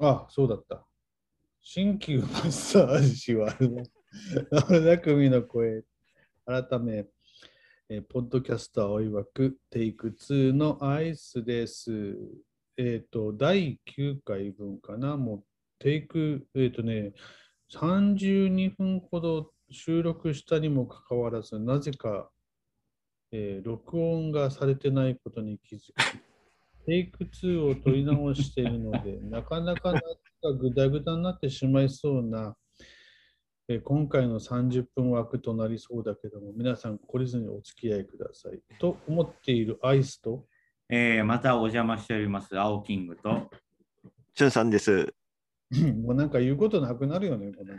あ、そうだった。新旧マッサージはあるね。あれだ組の声。改め、えーポッドキャスターをいわく、テイク2のアイスです。えっ、と、第9回分かな。もう、テイク、えっ、とね、32分ほど収録したにもかかわらず、なぜか、えー録音がされてないことに気づき、テイク2を取り直しているので、なかなかがぐだぐだになってしまいそうな、えー今回の30分枠となりそうだけども、皆さん懲りずにお付き合いください。と思っているアイスと、えーまたお邪魔しております、青キングと。しゅんさんです。もうなんか言うことなくなるよね、このね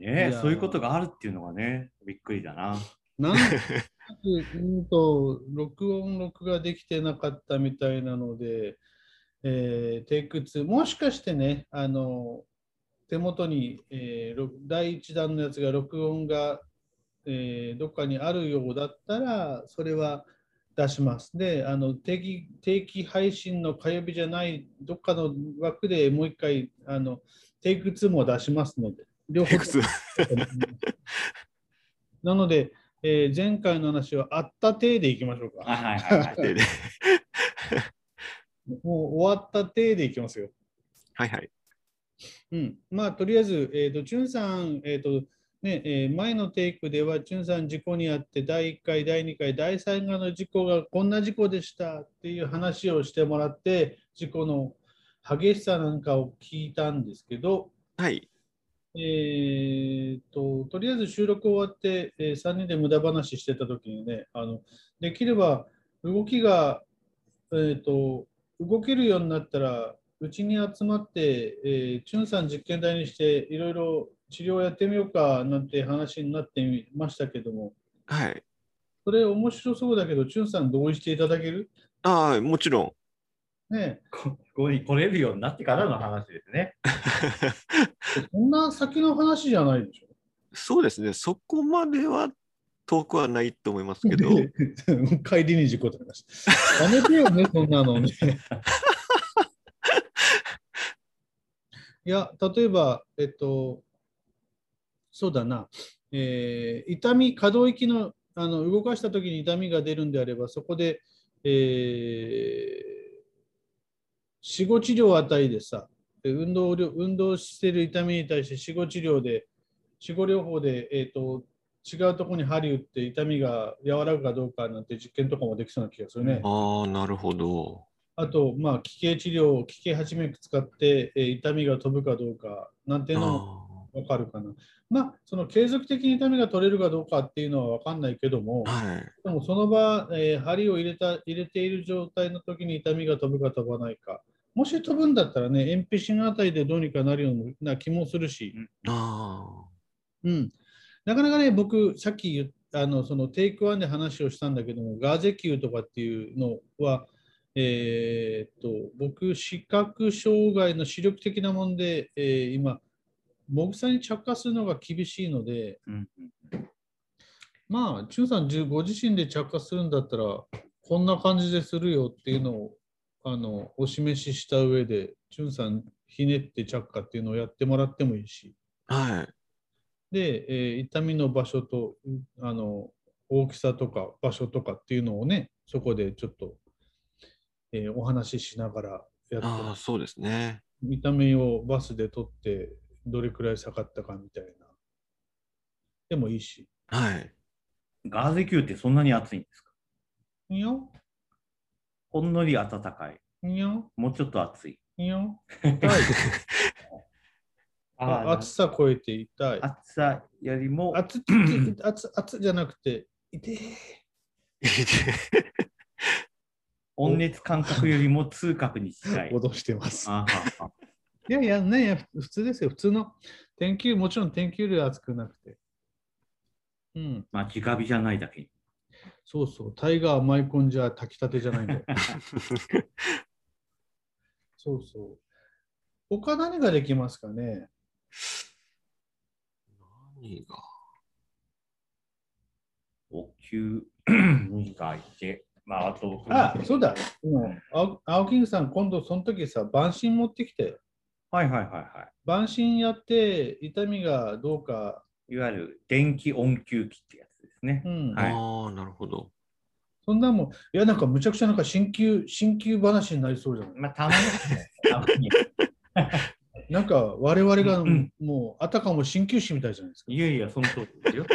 いやえーそういうことがあるっていうのがね、びっくりだな。 なんとなく、うんと、録音、録画できてなかったみたいなので、えーテイク2、もしかしてね、あの、手元に、えー録第1弾のやつが録音が、えーどっかにあるようだったら、それは出します。で、あの定期定期配信の火曜日じゃない、どっかの枠でもう一回、あのテイク2も出しますので、両テイク2 なので、えー前回の話はあった体でいきましょうあか。はいはいはい。でねもう終わった体でいきますよ。はいはい。うん、まあとりあえず、えー、とチュンさん、えーとねえー前のテイクではチュンさん事故に遭って第1回、第2回、第3回の事故がこんな事故でしたっていう話をしてもらって事故の激しさなんかを聞いたんですけど、はい。えー、ととりあえず収録終わって、え3人で無駄話してた時にねあのできれば動きが、えー、と動けるようになったらうちに集まって、えー、チュンさん実験台にしていろいろ治療やってみようかなんて話になっていましたけどもはい。それ面白そうだけどチュンさん同意していただけるああ、もちろん。ねここに来れるようになってからの話ですね。えそんな先の話じゃないでしょそうですね。そこまでは遠くはないと思いますけど。 帰りに事故ってました。やめてよね、そんな のね。いや、例えば、えっと、そうだな、えー痛み、可動域のあの動かしたときに痛みが出るんであれば、そこで、えー、死後治療あたりでさ、で運動量運動してる痛みに対して死後治療で、死後療法で、えっと違うところに針打って痛みが和らぐかどうかなんて実験とかもできそうな気がするね。ああ、なるほど。あと、まあ、気形治療を気形始め使って、えー痛みが飛ぶかどうかなんていうのもあ分かるかな。まあ、その継続的に痛みが取れるかどうかっていうのは分かんないけどもあ、はい。でもその場、えー針を入れた入れている状態の時に痛みが飛ぶか飛ばないか。もし飛ぶんだったらね、鉛筆芯あたりでどうにかなるような気もするし、あうん、なかなかね、僕、さっき言っあのそのテイクワンで話をしたんだけども、ガーゼ球とかっていうのは、えーっと僕、視覚障害の視力的なもんで、えー今、もぐさに着火するのが厳しいので、うんまあ、チュンさん、じゅご自身で着火するんだったら、こんな感じでするよっていうのをあのお示しした上で、チュンさん、ひねって着火っていうのをやってもらってもいいし。あ。はい。で、えー痛みの場所とうんあの大きさとか場所とかっていうのをね、そこでちょっと、えーお話ししながらやってああ、そうですね。見た目をバスで撮って、どれくらい下がったかみたいな。でもいいし。はい。 ガーゼ球ってそんなに熱いんですかにょほんのり暖かい。にょもうちょっと熱い。にょ痛い。あ暑さ超えて痛い。暑さよりも、暑っ熱熱熱じゃなくて、痛い。温熱感覚よりも痛覚に近い。脅してます。あははいやいやね、いや普通ですよ。普通の天球、もちろん天球より暑くなくて。うん、まあ、直火じゃないだけに。そうそう。タイガー舞い込んじゃ炊きたてじゃないんだ よ。そうそう。他何ができますかね何がお灸に書いて、まあ、あと、あ、そうだ。うん、青青キングさん、今度その時さ、晩神持ってきて。はいはいはいは晩神やって、痛みがどうか。い。いわゆる電気音球機ってやつですねう。ん。はいああ、なるほど。そんなんもん、いや、なんかむちゃくちゃなんか鍼灸、鍼灸話になりそうじゃん。まあ、たまにですねたまに。なんか我々がうんもう、あたかも鍼灸師みたいじゃないですか。いやいや、その通りですよ。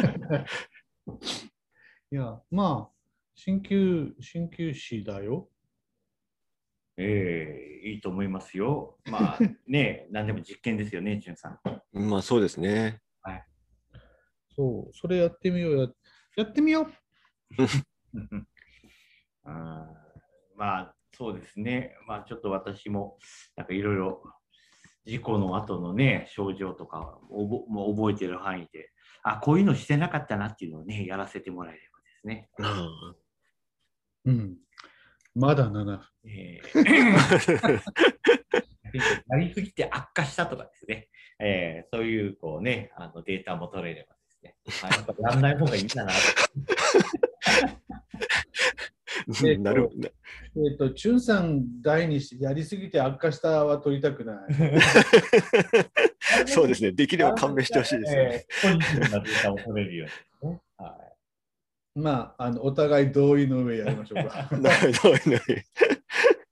いや、まあ、鍼灸、鍼灸師だよ。ええいいと思いますよ。まあ、ねえ、何でも実験ですよね、じゅんさん。 まあそうですね。そう、それやってみようや。やってみよう。うんうんあーまあそうですね、まあ、ちょっと私もなんかいろいろ事故の後のね症状とかを覚もう覚えてる範囲であこういうのしてなかったなっていうのをねやらせてもらえればですね。あうん。まだ7分。えーやりすぎて悪化したとかですね、えーそういうこう、ね、あのデータも取れればですね、まあ、やっぱやんない方がいいんだなと。えー なるなえっ、と、チュンさん第にしやりすぎて悪化したは取りたくない。 そうですね。できれば勘弁してほしいですね。えーポジティブなデータを取れるように、ねはいまあ、あのお互い同意の上やりましょうか。 なるほど。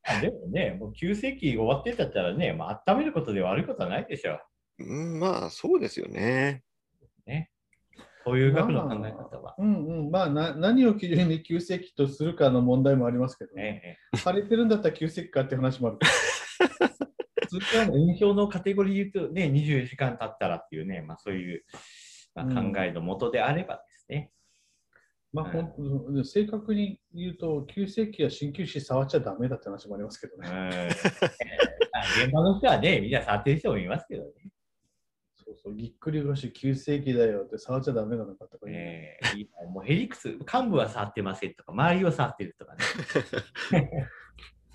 あでもね、もう急性期終わってんだったらね、まあ温めることで悪いことはないでしょう。うんまあそうですよね。そういう学の考え方は。うんうん。まあ、な何を基準に急性期とするかの問題もありますけどね。ね、されてるんだったら急性期かって話もあるけど。それからね印象のカテゴリーで言うとね、24時間経ったらっていうね、まあ、そういう、まあ、うん考えのもとであればですね、まあ、ほんうん正確に言うと、急性期は鍼灸師触っちゃダメだって話もありますけどうんね。えー現場の人はね、みんな触ってる人もいますけどね、そうそう、ぎっくり腰急性期だよって触っちゃダメなのかとか言う、えーいやもうヘリクス、幹部は触ってませんとか、周りを触ってるとかね。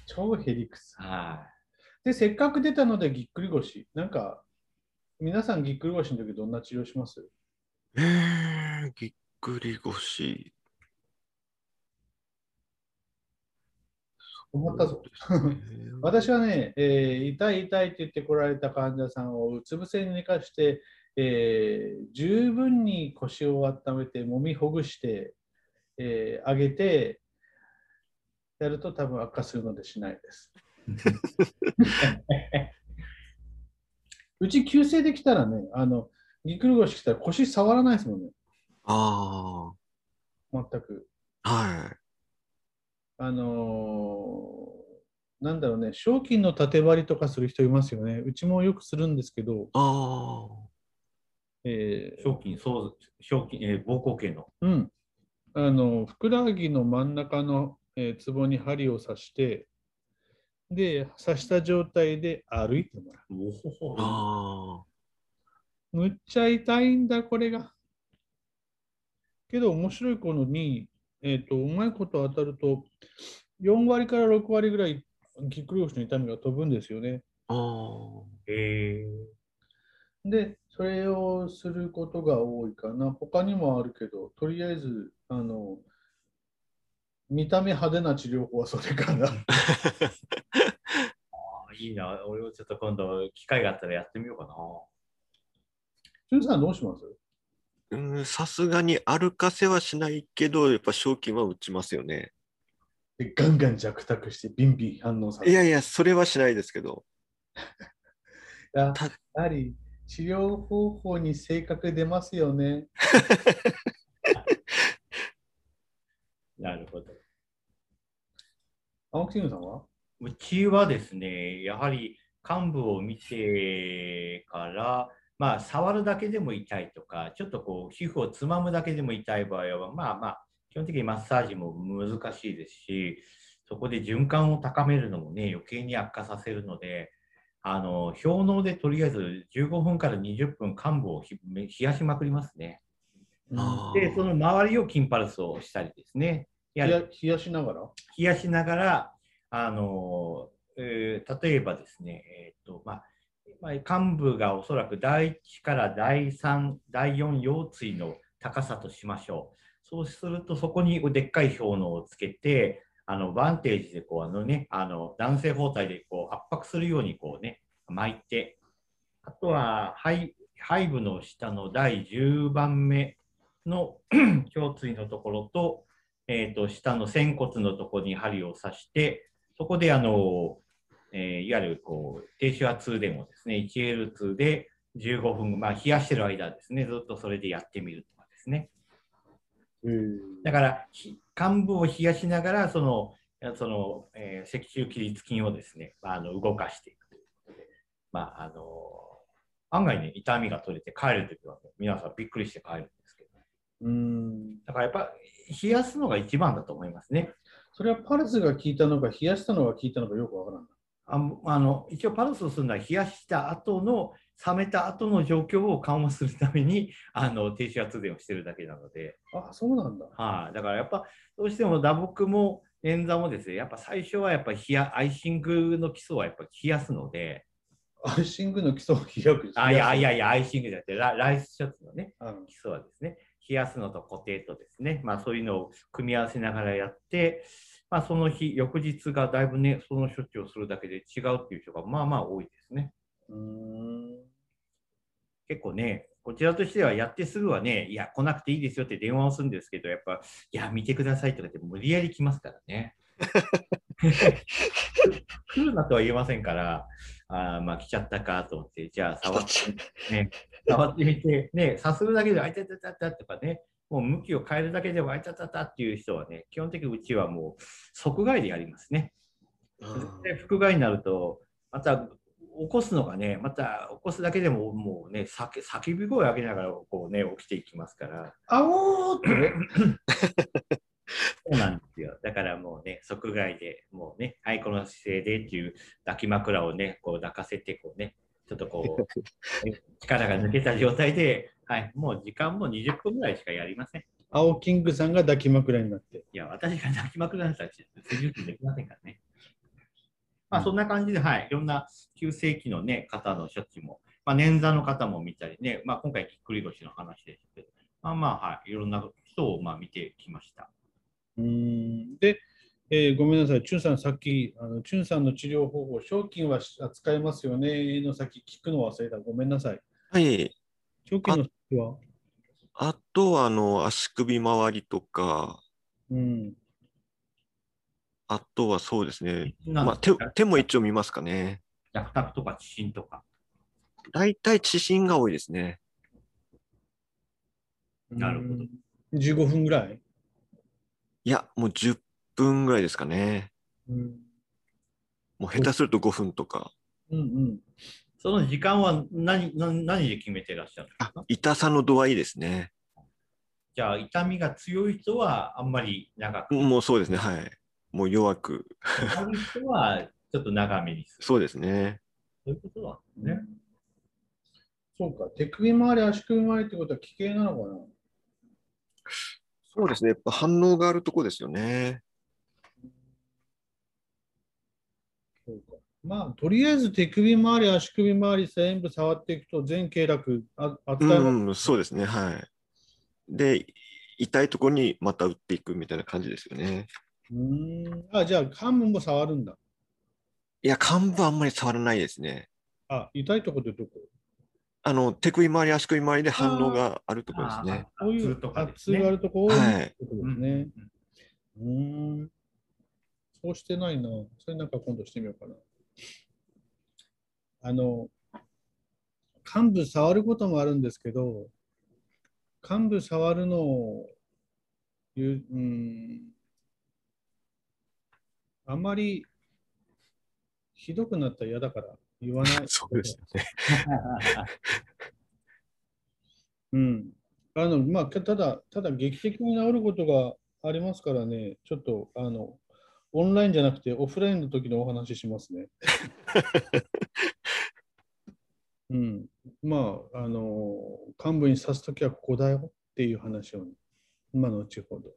超へりくさ。はで、せっかく出たのでぎっくり腰。なんか、皆さんぎっくり腰の時どんな治療しますえー、ぎっくり 腰。思ったぞ。私私はね、えー痛い痛いって言って来られた患者さんをうつ伏せに寝かして、えー十分に腰を温めて揉みほぐして、えー上げてやると多分悪化するのでしないです。うち急性できたらね、あのぎっくり腰来たら腰触らないですもんね、あ全く。あ、はあのーなんだろうね、賞金の縦張りとかする人いますよね。うちもよくするんですけど、い。えい、ー賞金、そう賞金、えー、膀胱系の。うん、あのふくらはぎの真ん中の、えー、壺に針を刺して、で、刺した状態で歩いてもらおほほああ、う。むっちゃ痛いんだ、これが。けど、面白いこのに、えっ、と、うまいこと当たると、4割から6割ぐらい、ぎっくり腰の痛みが飛ぶんですよね。ああ。えで、それをすることが多いかな。他にもあるけど、とりあえず、あの、見た目派手な治療法はそれ かな。ー、いいな、俺もちょっと今度、機会があったらやってみようかな。ジュンさんどうしますうんさすがに歩かせはしないけど、やっぱ賞金は打ちますよね。でガンガン弱託してビンビン反応さいれる。やいや、それはしないですけど。やたやはり治療方法に性格出ますよね。なるほど。青木慎吾さんはうちはですね、やはり幹部を見てから、まあ、触るだけでも痛いとか、ちょっとこう、皮膚をつまむだけでも痛い場合は、まあまあ、基本的にマッサージも難しいですし、そこで循環を高めるのもね、余計に悪化させるので、あの、氷のうでとりあえず15分から20分幹部をひ冷やしまくりますね。あで、その周りをキンパルスをしたりですね。冷や冷やしながら冷やしながら、あのえー例えばですね、えーとまあまあ、幹部がおそらく第1から第3、第4腰椎の高さとしましょう。そうすると、そこにでっかい氷のうをつけて、あのバンテージでこうあの、ね、あの男性包帯でこう圧迫するようにこう、ね、巻いてあとは背背部の下の第10番目の 胸椎のところと,、えー、と下の仙骨のところに針を刺してそこであの、えーいわゆるこう低周波痛でもですね 1L2 で15分、まあ、冷やしてる間ですねずっとそれでやってみるとかですね。だからひ患部を冷やしながらそのえその、えー、脊柱起立筋をですね、まあ、あの動かしていくということで、まああの案外ね痛みが取れて帰るときは、ね、皆さんびっくりして帰るんですけどうんだからやっぱ冷やすのが一番だと思いますね。それはパルスが効いたのか、冷やしたのが効いたのかよくわからんない。ああの一応パルスをするのは冷やした後の冷めた後の状況を緩和するために あの低周波通電をしてるだけなので。あ、そうなんだ。はい、だからやっぱどうしても打撲も捻挫もですね、やっぱ最初はやっぱ冷やアイシングの基礎はやっぱ冷やすので、アイシングの基礎を開く。あいやいやいや、アイシングじゃなくてラ、ライスシャツのね、あの基礎はですね、冷やすのと固定とですね、まあそういうのを組み合わせながらやって、まあその日、翌日がだいぶね、その処置をするだけで違うっていう人がまあまあ多いですね。うーん。結構ね、こちらとしてはやってすぐはね、いや、来なくていいですよって電話をするんですけど、やっぱ、いや、見てくださいとかって無理やり来ますからね。来るなとは言えませんから、あーまあ来ちゃったかと思って、じゃあ触って触ってみて、ね、さするだけで、あいたたたたとかね、もう向きを変えるだけでも、あいたたたっていう人はね、基本的にうちはもう即外でやりますね。で腹害になるとまた起こすのがねまた起こすだけでももうね叫叫び声を上げながらこうね起きていきますからあおーってね。そうなんですよだからもうね即外でもうねはいこの姿勢でっていう抱き枕をねこう抱かせてこうねちょっとこ うね力が抜けた状態ではいもう時間も20分ぐらいしかやりません青キングさんが抱き枕になって。いや私が抱き枕なんて手術できませんからねまあ、そんな感じで、はい、いろんな急性期の、ね、方の処置も、まあ、捻挫の方も見たりね、まあ、今回、ぎっくり腰の話ですけど、まあまあ、はい、いろんな人をまあ見てきました。うーんで、えーごめんなさい、チュンさん、さっき、あのチュンさんの治療方法、賞金は扱えますよねの先聞くの忘れた。ごめんなさい。はい。賞金の先は、あとは、あの、足首周りとか、うん、あとはそうですね。なんまあ、手手も一応見ますかね。弱卓とか地震とか。大体、地震が多いですね。なるほどうん。15分ぐらい、いや、もう10分ぐらいですかね。うん、もう下手すると5分とか。うんうん。その時間は何何何で決めてらっしゃるんですか痛さの度合いですね。じゃあ、痛みが強い人はあんまり長く、もうそうですね。はい。もう弱く。軽い人はちょっと長めにする。そうですね。そういうことなんですね。そうか、手首周り、足首周りってことは危険なのかなそうですね。やっぱ反応があるとこですよね。そうか。まあ、とりあえず手首周り、足首周り、全部触っていくと、全経絡、あう扱います。ん、うん、そうですね。はい。で、痛いところにまた打っていくみたいな感じですよね。うーん。あ、じゃあ、カムも触るんだ。いや、幹部はあんまり触らないですね。あ、痛いとこでどこあの、手首周り、足首周りで反応があるところですね。あこうい痛うとかで圧すねがあるとこを、はい。ということですね。うーん。そうしてないな。それなんか今度してみようかな。あの、幹部触ることもあるんですけど、幹部触るのを言う、うん、あんまりひどくなったら嫌だから言わない そうですよね。うん。あの、まあ、けただ、ただ劇的に治ることがありますからね、ちょっと、あの、オンラインじゃなくてオフラインの時のお話ししますね。うん。まあ、あの、幹部に刺すときはここだよっていう話をね、今のうちほど、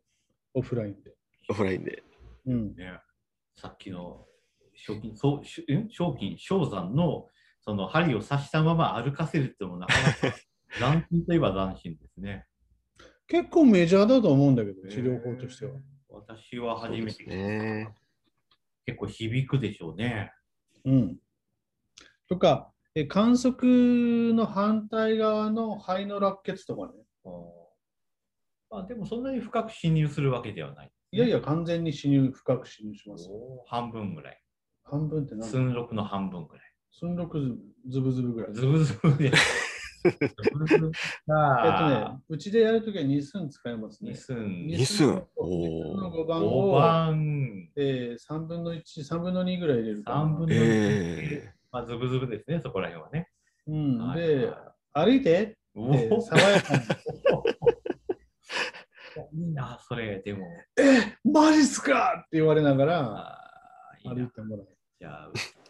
オフラインで。オフラインで。うん。ね、さっきの賞金、そうしゅん賞金、賞山のその針を刺したまま歩かせるってのもなかな か斬新といえば斬新ですね。結構メジャーだと思うんだけど、治療法としては。えー。私は初めて聞いたそうですね結構響くでしょうね。うん。とか、え観測の反対側の肺の落血とかね。まあ、でもそんなに深く侵入するわけではない。いやいや、完全に死入、深く死入しますよ。おー半分ぐらい。半分って何だ寸六の半分ぐらい。寸六ずずぶずぶぐらい。ズブズブで。ズブズブえっとねが、うちでやるときは2寸使いますね2。寸2二寸寸の5番5を、番、えー、3分の1、3分の2ぐらい入れるかな3分の1。えまあ、ズブズブですね、そこら辺はね。うん。はいで、歩いておってー爽やかに。いいな、それ、でも。マジっすかって言われな がらあーいい歩いな。てもらう。じゃ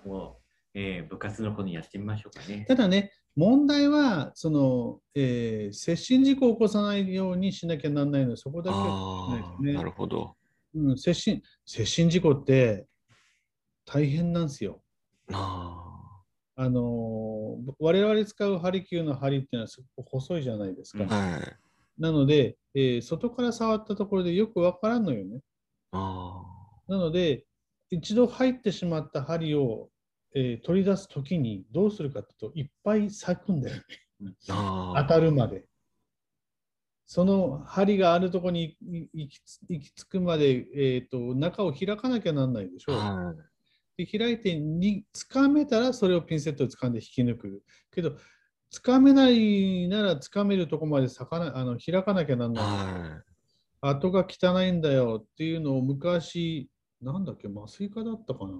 あ、もう、えー部活の子にやってみましょうかね。ただね、問題は、その、えー接心事故を起こさないようにしなきゃなんないので、そこだけは気をつけないとねああ、なるほど。うん、接心、接心事故って大変なんですよ。なあのー我々使うハリキューの針っていうのはすごく細いじゃないですか。うんあ、はい。なので、えー外から触ったところでよくわからんのよね。あなので、一度入ってしまった針を、えー取り出すときにどうするかっていうと、いっぱい咲くんだよね。あ、な当あ。たるまで。その針があるところにい行きつ行き着くまで、えーと、中を開かなきゃなんないでしょう。はい。で開いてに掴めたらそれをピンセットで掴んで引き抜くけど掴めないなら掴めるとこまで咲かなあの開かなきゃなんないは。跡が汚いんだよっていうのを昔なんだっけ麻酔科だったかな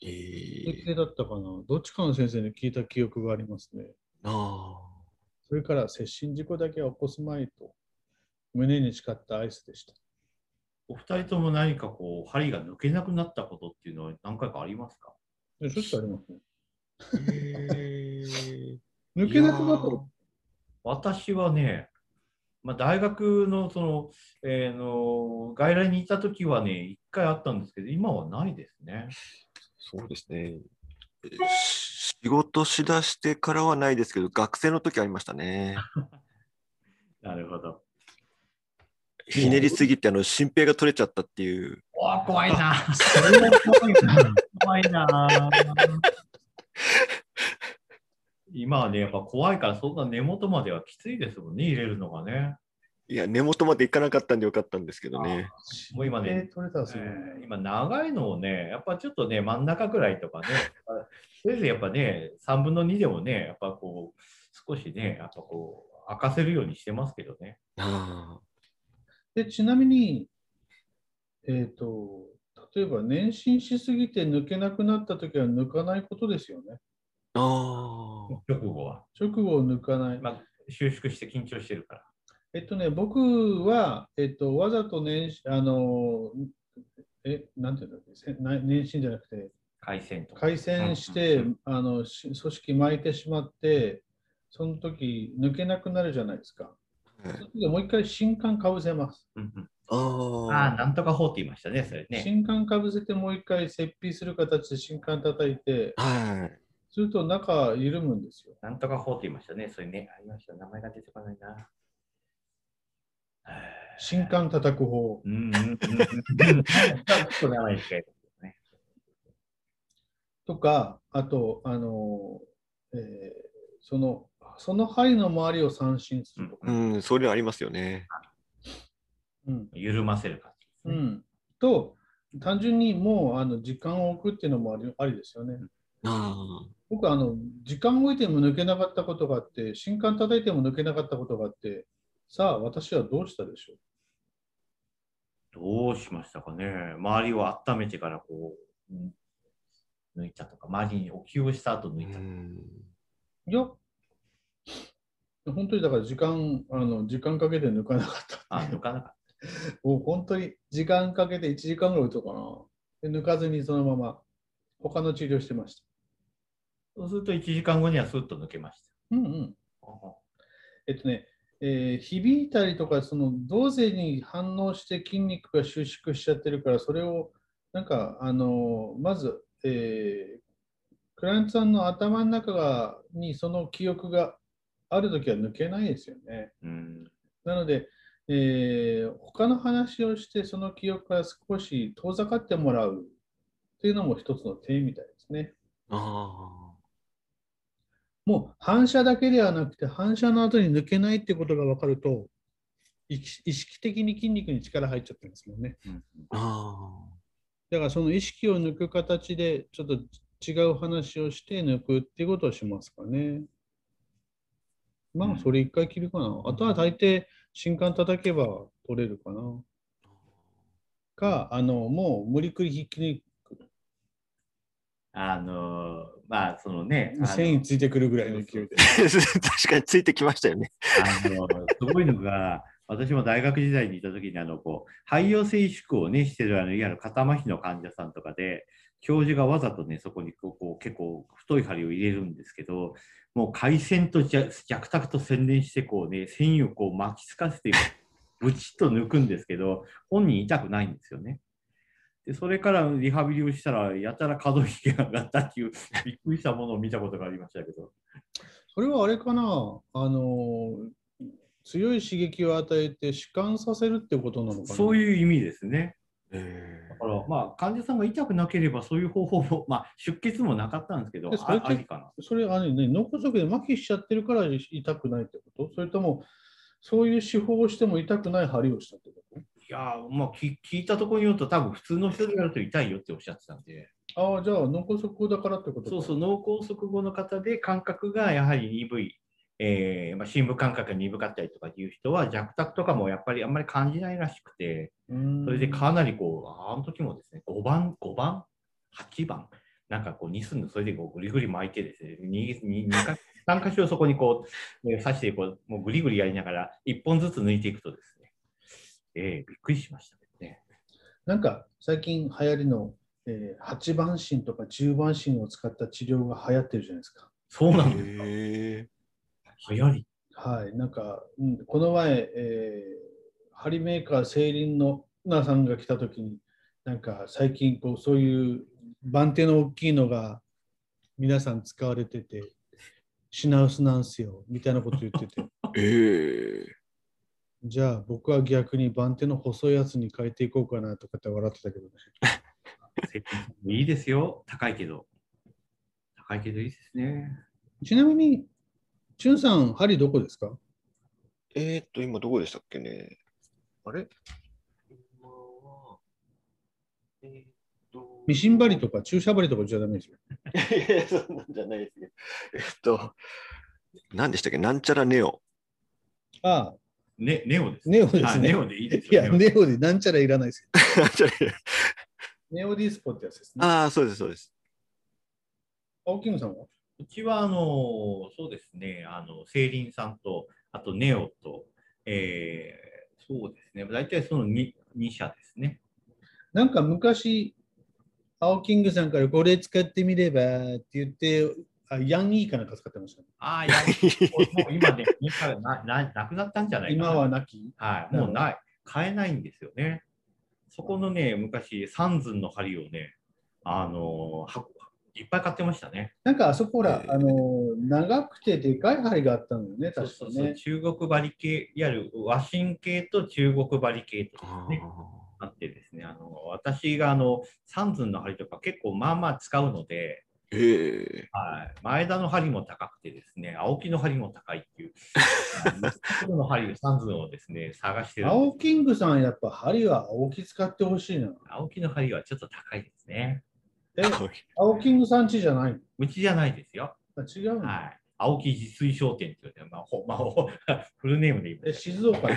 いえ整え形だったかなどっちかの先生に聞いた記憶がありますねなあ。それから接心事故だけは起こすまいと胸に誓ったアイスでしたお二人とも何かこう、針が抜けなくなったことっていうのは何回かありますかでしょっちゅうありますねえ え抜けなくなったいやー私はね、まあ、大学のその、えーの外来に行った時はね、一回あったんですけど、今はないですね。そうですね。し仕事しだしてからはないですけど、学生の時ありましたね。なるほど。ひねりすぎて、あの、新兵が取れちゃったっていう。おー怖いな。それは怖いな怖いな。今はね、やっぱ怖いから、そんな根元まではきついですもんね、入れるのがね。いや、根元までいかなかったんでよかったんですけどね。もう今ねえー取れたらすごいなえー今、長いのをね、やっぱちょっとね、真ん中ぐらいとかね、せいぜいやっぱね、3分の2でもね、やっぱこう、少しね、やっぱこう、開かせるようにしてますけどね。あで、ちなみに、えっ、と、例えば、妊娠しすぎて抜けなくなったときは抜かないことですよね。あ。ああ。直後は。直後を抜かない。まあ、収縮して緊張してるから。えっとね、僕は、えっと、わざと妊娠、あの、え、なんていうんだっけ、せな妊娠じゃなくて、回線とか。回線して、あの、し組織巻いてしまって、その時抜けなくなるじゃないですか。その時はもう一回新刊かぶせます。うんうんあああ、あ。なんとか法って言いましたね、それね。新刊かぶせて、もう一回切皮する形で新刊叩いて、はい。すると中緩むんですよ。なんとか法って言いましたね、それね。ありました、名前が出てこないな。えー新刊叩く方。うんうんうんうん。ちょっと名前しかいないとか、あと、あの、えーその、その針の周りを三振するとか。うん、それありますよね。うん。緩ませる感じですうね。ん。と、単純にもう、あの、時間を置くっていうのもありありですよね。あ僕、あの、時間を置いても抜けなかったことがあって、新刊叩いても抜けなかったことがあって、さあ、私はどうしたでしょうどうしましたかね。周りを温めてからこう、うん抜いたとか、周りにお灸をした後抜あ。いたとか。いや、本当にだから時間、あの、時間かけて抜かなかった。あ、抜かなかっもう本当に時間かけて1時間ぐらい打とうかな。で抜かずにそのまま他の治療してました。た。そうすると1時間後にはスッと抜けましうんうん。た。えっとね、えー響いたりとか、その動勢に反応して筋肉が収縮しちゃってるから、それをなんか、あのーまず、えークライアントさんの頭の中がにその記憶があるときは抜けないですよね。うん。なので、えー他の話をして、その記憶から少し遠ざかってもらうというのも一つの手みたいですね。あもう反射だけではなくて、反射の後に抜けないってことが分かると、意識意識的に筋肉に力入っちゃってるんですもんね。あ。あだからその意識を抜く形で、ちょっと違う話をして抜くっていうことをしますかね。まうんあ、それ一回切るかな。あとは大抵、新刊叩けば取れるかな。か、あの、もう無理くりひっきりあのまあそのね、あの繊維ついてくるぐらいの勢いで。あ。確かについてきましたよね。あのすごいのが、私も大学時代にいた時にあのこう肺葉性萎縮をねしてるあのいわゆる肩麻痺の患者さんとかで教授がわざとねそこにこうこう結構太い針を入れるんですけどもう回線と弱弱卓と洗練してこうね繊維をこう巻きつかせてブチッと抜くんですけど本人痛くないんですよね。でそれからリハビリをしたらやたら可動域が上がったっていうびっくりしたものを見たことがありましたけど。それはあれかな、あの強い刺激を与えて弛緩させるってことなのかな。そういう意味ですね。えだから、まあ、患者さんが痛くなければ、そういう方法も、 まあ、出血もなかったんですけど、でそれあってありかな。それあれ、ね、脳梗塞で麻痺しちゃってるから痛くないってことそれともそういう手法をしても痛くない針をしたってこいやー、まあ、き聞いたところによると、多分普通の人でやると痛いよっておっしゃってたんで、とああじゃあ脳梗塞だからってことかそうそう、脳梗塞後の方で感覚がやはり鈍い、えーまあ、深部感覚が鈍かったりとかいう人は、弱卓とかもやっぱりあんまり感じないらしくて、うーんそれでかなりこう、あの時もですね、5番、5番、8番、なんかこう、2寸の、それでこうぐりぐり巻いてですね、にににか 3箇所そこにこう、えー刺してこう、もうぐりぐりやりながら、1本ずつ抜いていくとですね、えーびっくりしましたけどね。なんか最近流行りの、えー、8番芯とか10番芯を使った治療が流行ってるじゃないですか。そうなーんです。流え行り。はい、なんか、うん、この前、えー、ハリメーカーセイリンのナさんが来た時に、なんか最近こうそういう番手の大きいのが皆さん使われてて、品薄なんすよみたいなこと言ってて、ー、えじゃあ僕は逆に番手の細いやつに変えていこうかなとかって笑ってたけどね。いいですよ。高いけど。高いけどいいですね。ちなみに、チュンさん、針どこですかー、えーっと、今どこでしたっけね。あれ今は、えーっとミシン針とか注射針とかじゃダメですよ。 いやいや、そんなんじゃないですけど。えっと、何でしたっけなんちゃらネオ。ああ、ね、ネオです。ネオですあねネ。オでいいですいよ。や、ネネオオでなんちゃらいらないですよ。なんちゃらネネオディスポってやつですオね。 ああ、そうです、そうです。青木さんはうちはあのそうですね、あのセイリンさんと、あとネオと、えーそうですね、大体その 2, 2社ですね。なんか昔、青キングさんからこれ使ってみればって言って、あヤンイーかなんか使ってましたね、ああ、いや、 もう今ね、2社なななくなったんじゃないかな。今はなき。はい、もうない、買えないんですよね。そこのね、昔、サンズンの針をね、あの箱いっぱい買ってましたね。なんかあそこほら、えーあのー長くてでかい針があったんだよね、そう確そかうそうね。中国針系、いわゆる和神系と中国針系とあねあってですね、あの私があのサンズンの針とか結構まあまあ使うので、ーえはい、前田の針も高くてですね、青木の針も高いっていう、あのの針でサンズンをですね、探してるんです青キングさん、やっぱ針は青木使ってほしいな。青木の針はちょっと高いですね。えー、、かわいい青キングさんちじゃないのうちじゃないですよ。あ違うの、はい。青木自炊商店っていうね、まあ、ほまあ、 ほフルネームで言いまえ、す。静 岡に。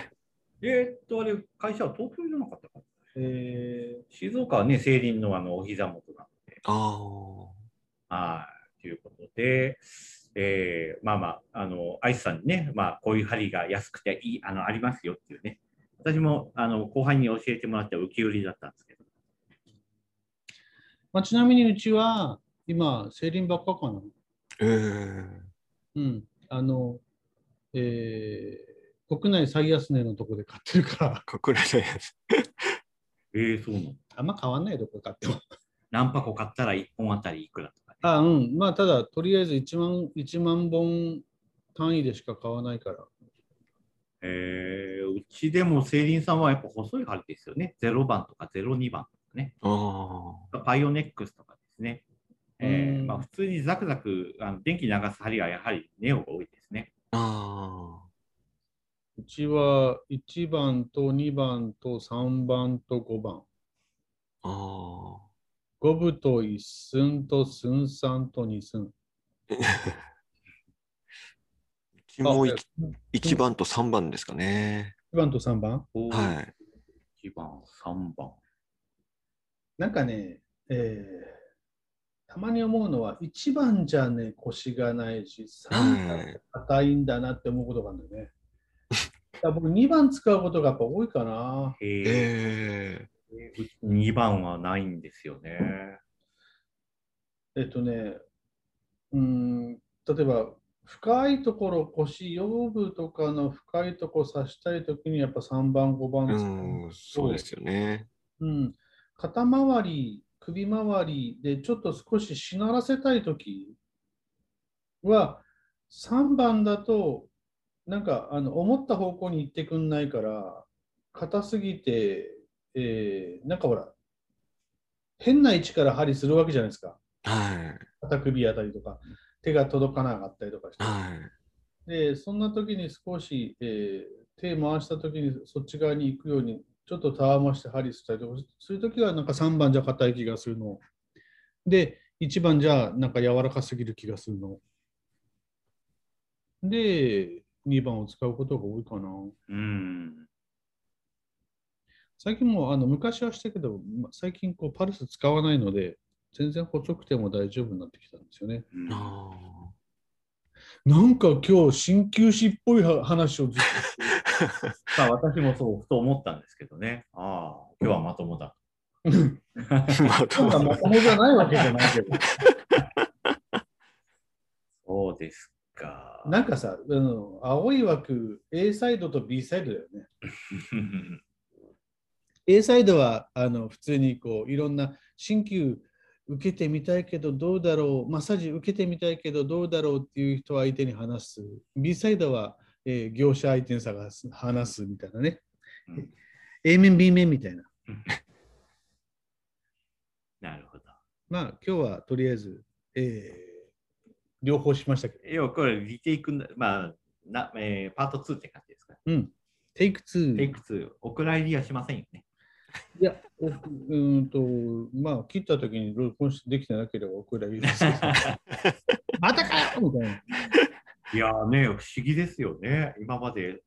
えーっと、あれ、会社は東京じゃなかったかな。え静岡はね、成林のあのお膝元なんで。あはい。ということで、えーまあまあ、あの、アイスさんにね、まあ、こういう針が安くていい、あの、ありますよっていうね。私も、あの、後輩に教えてもらって浮き売りだったんですけど。ーまあ、ちなみにうちは、今、セイリンばっかかな。ー、えー、うん、あの、えー国内最安値のとこで買ってるから、かっこいいじゃないですえー、そうなの。あんま変わんないどこ買っても。何箱買ったら1本あたりいくらとか、ね。あうん、まあ、ただ、とりあえず1万、1万本単位でしか買わないから。えーうちでもセイリンさんはやっぱ細い針ですよね。0番とか02番とかね。あパイオネックスとかですね。えーうんまあ、普通にザクザクあの電気流す針はやはりネオが多いですね。。あ。あうちは1番と2番と3番と5番。あ。あ5部と1寸と寸三と2寸。うちもあい一番と三番ですかね。 1番と3番はいい。 1番、3番。なんかね、えーたまに思うのは、1番じゃね、腰がないし、3は番い。硬いんだなって思うことがあるんだよ ね。だから僕、2番使うことがやっぱ多いかな。えええー、2番はないんですよね。えっとね、うーん、例えば、深いところ、腰、腰部とかの深いところ刺したいときに、やっぱ3番、5番使ううん、そうですよね。うん、肩周り、首周りでちょっと少ししならせたいときは、3番だと、なんかあの思った方向に行ってくんないから、硬すぎて、えーなんかほら、変な位置から針するわけじゃないですか。はい。肩首あたりとか、手が届かなかったりとかして。はい。で、そんな時に少し、えー手回した時にそっち側に行くように、ちょっとたわまして針したりとかする時は、なんか3番じゃ硬い気がするの。で、1番じゃなんか柔らかすぎる気がするの。で、2番を使うことが多いかな。うん。最近もうあの昔はしたけど、ま最近こうパルス使わないので、全然細くても大丈夫になってきたんですよね。うんあなんか今日、鍼灸師っぽいは話をずっとしてる。まあ、私もそう、ふと思ったんですけどね。ああ、今日はまともだ。あ。 ま あ、なんかまともじゃないわけじゃないけど。そうですか。 なんかさ、あの青い枠、A サイドと B サイドだよね。A サイドはあの普通にこういろんな鍼灸受けてみたいけどどうだろう、マッサージ受けてみたいけどどうだろうっていう人相手に話す。B サイドは、えー業者相手に探す話すみたいなね。うん A 面、B 面みたいな。なるほど。まあ今日はとりあえず、えー両方しましたけど。要はこれ、リテイクな、まあなえーパート2って感じですか。うん。テイク2。テイク2、お蔵入りはしませんよね。いや、おうーんと、まあ、切ったときに録音できてなければ送られます。 またかよみたいな。いやーね、不思議ですよね。今まで、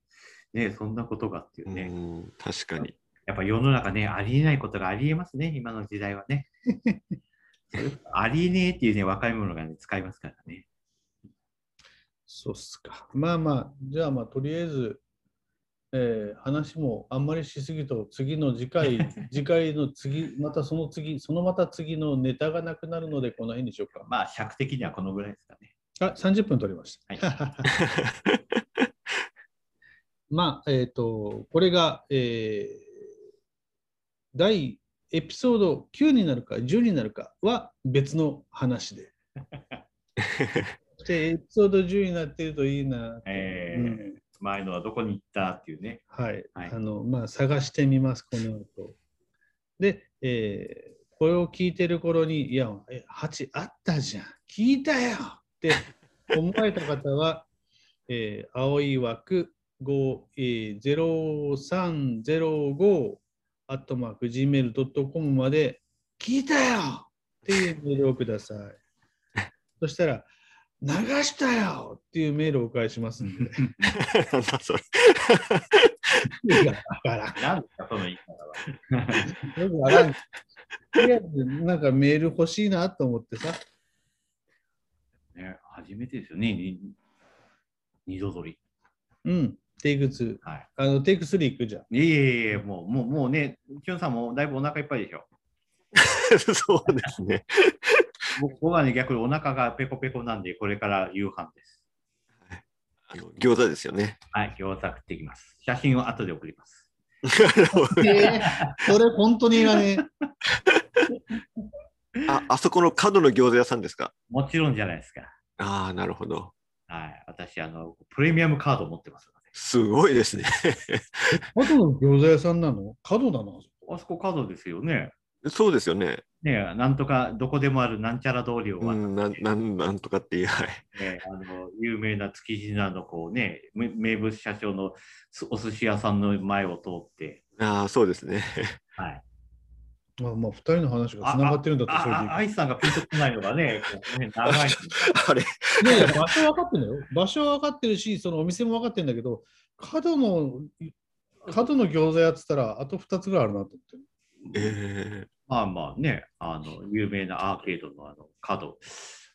ね、そんなことがっていううね。ん、確かに。 やっぱ世の中ね、ありえないことがありえますね、今の時代は ね。そういうありえねえっていうね、若い者がね、使いますからね。そうっすか。まあまあ、じゃあまあ、とりあえず、えー話もあんまりしすぎると、次の次回、次回の次、またその次、そのまた次のネタがなくなるので、この辺にしようか。まあ、尺的にはこのぐらいですかね。あ、30分取りました。 まあ、えっ、と、これが、えー第エピソード9になるか10になるかは別の話 で。そしてエピソード10になってるといいな。えうーん前のはどこに行ったっていうね。はい。はいあの、まあ、探してみます、この後。で、えーこれを聞いてる頃に、いや、え8あったじゃん。聞いたよって思われた方は、 えー青い枠5、えー、0305アットマーク Gmail.com まで聞いたよっていうメールをくだ さい。そしたら、流したよっていうメールをお返ししますんで。なんだそれ。いやだからなんですか、その言い方は。よくわかんない。とりあえず、なんかメール欲しいなと思ってさ。ね、初めてですよね。に二度取り。うん。テイク2。はい。あの、テイク3行くじ ゃん。いえいえいえ、もう、もう、もうね、きょんさんもだいぶお腹いっぱいでしょ。そうですね。僕はね、逆にお腹がペコペコなんで、これから夕飯です。あの餃子ですよね。 はい、餃子食ってきます。写真を後で送ります。それ本当にいらねあ、あそこの角の餃子屋さんですか。もちろんじゃないですか。ああ、なるほど。はい、私、あの、プレミアムカード持ってますので。すごいですね。角の餃子屋さんなの角だな。あそこ角ですよね。そうですよね。ねえなんとかどこでもあるなんちゃら通りをう渡って、ん、なん、なん、なんとかっていう、はい。ねあの有名な築地なのこうね、め名物社長のすお寿司屋さんの前を通って、ああ、そうですね。はい。まあまあ、二人の話がつながってるんだったらそれあ、あアイスさんがピンとこないのが ね、こうね長い。あれ、でいい。いやいや、場所は分かってんだよ。場所は分かってるし、そのお店も分かってるんだけど、角の、角の餃子屋っつったら、あと二つぐらいあるなと思ってる。えまあまあね、あの、有名なアーケードのあの角。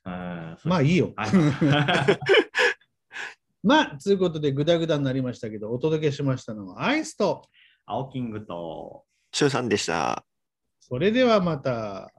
うん、まあいいよ。 はいまあ、ということで、ぐだぐだになりましたけど、お届けしましたのはアイスと、青キングと、ー、しゅうさんでした。それではまた。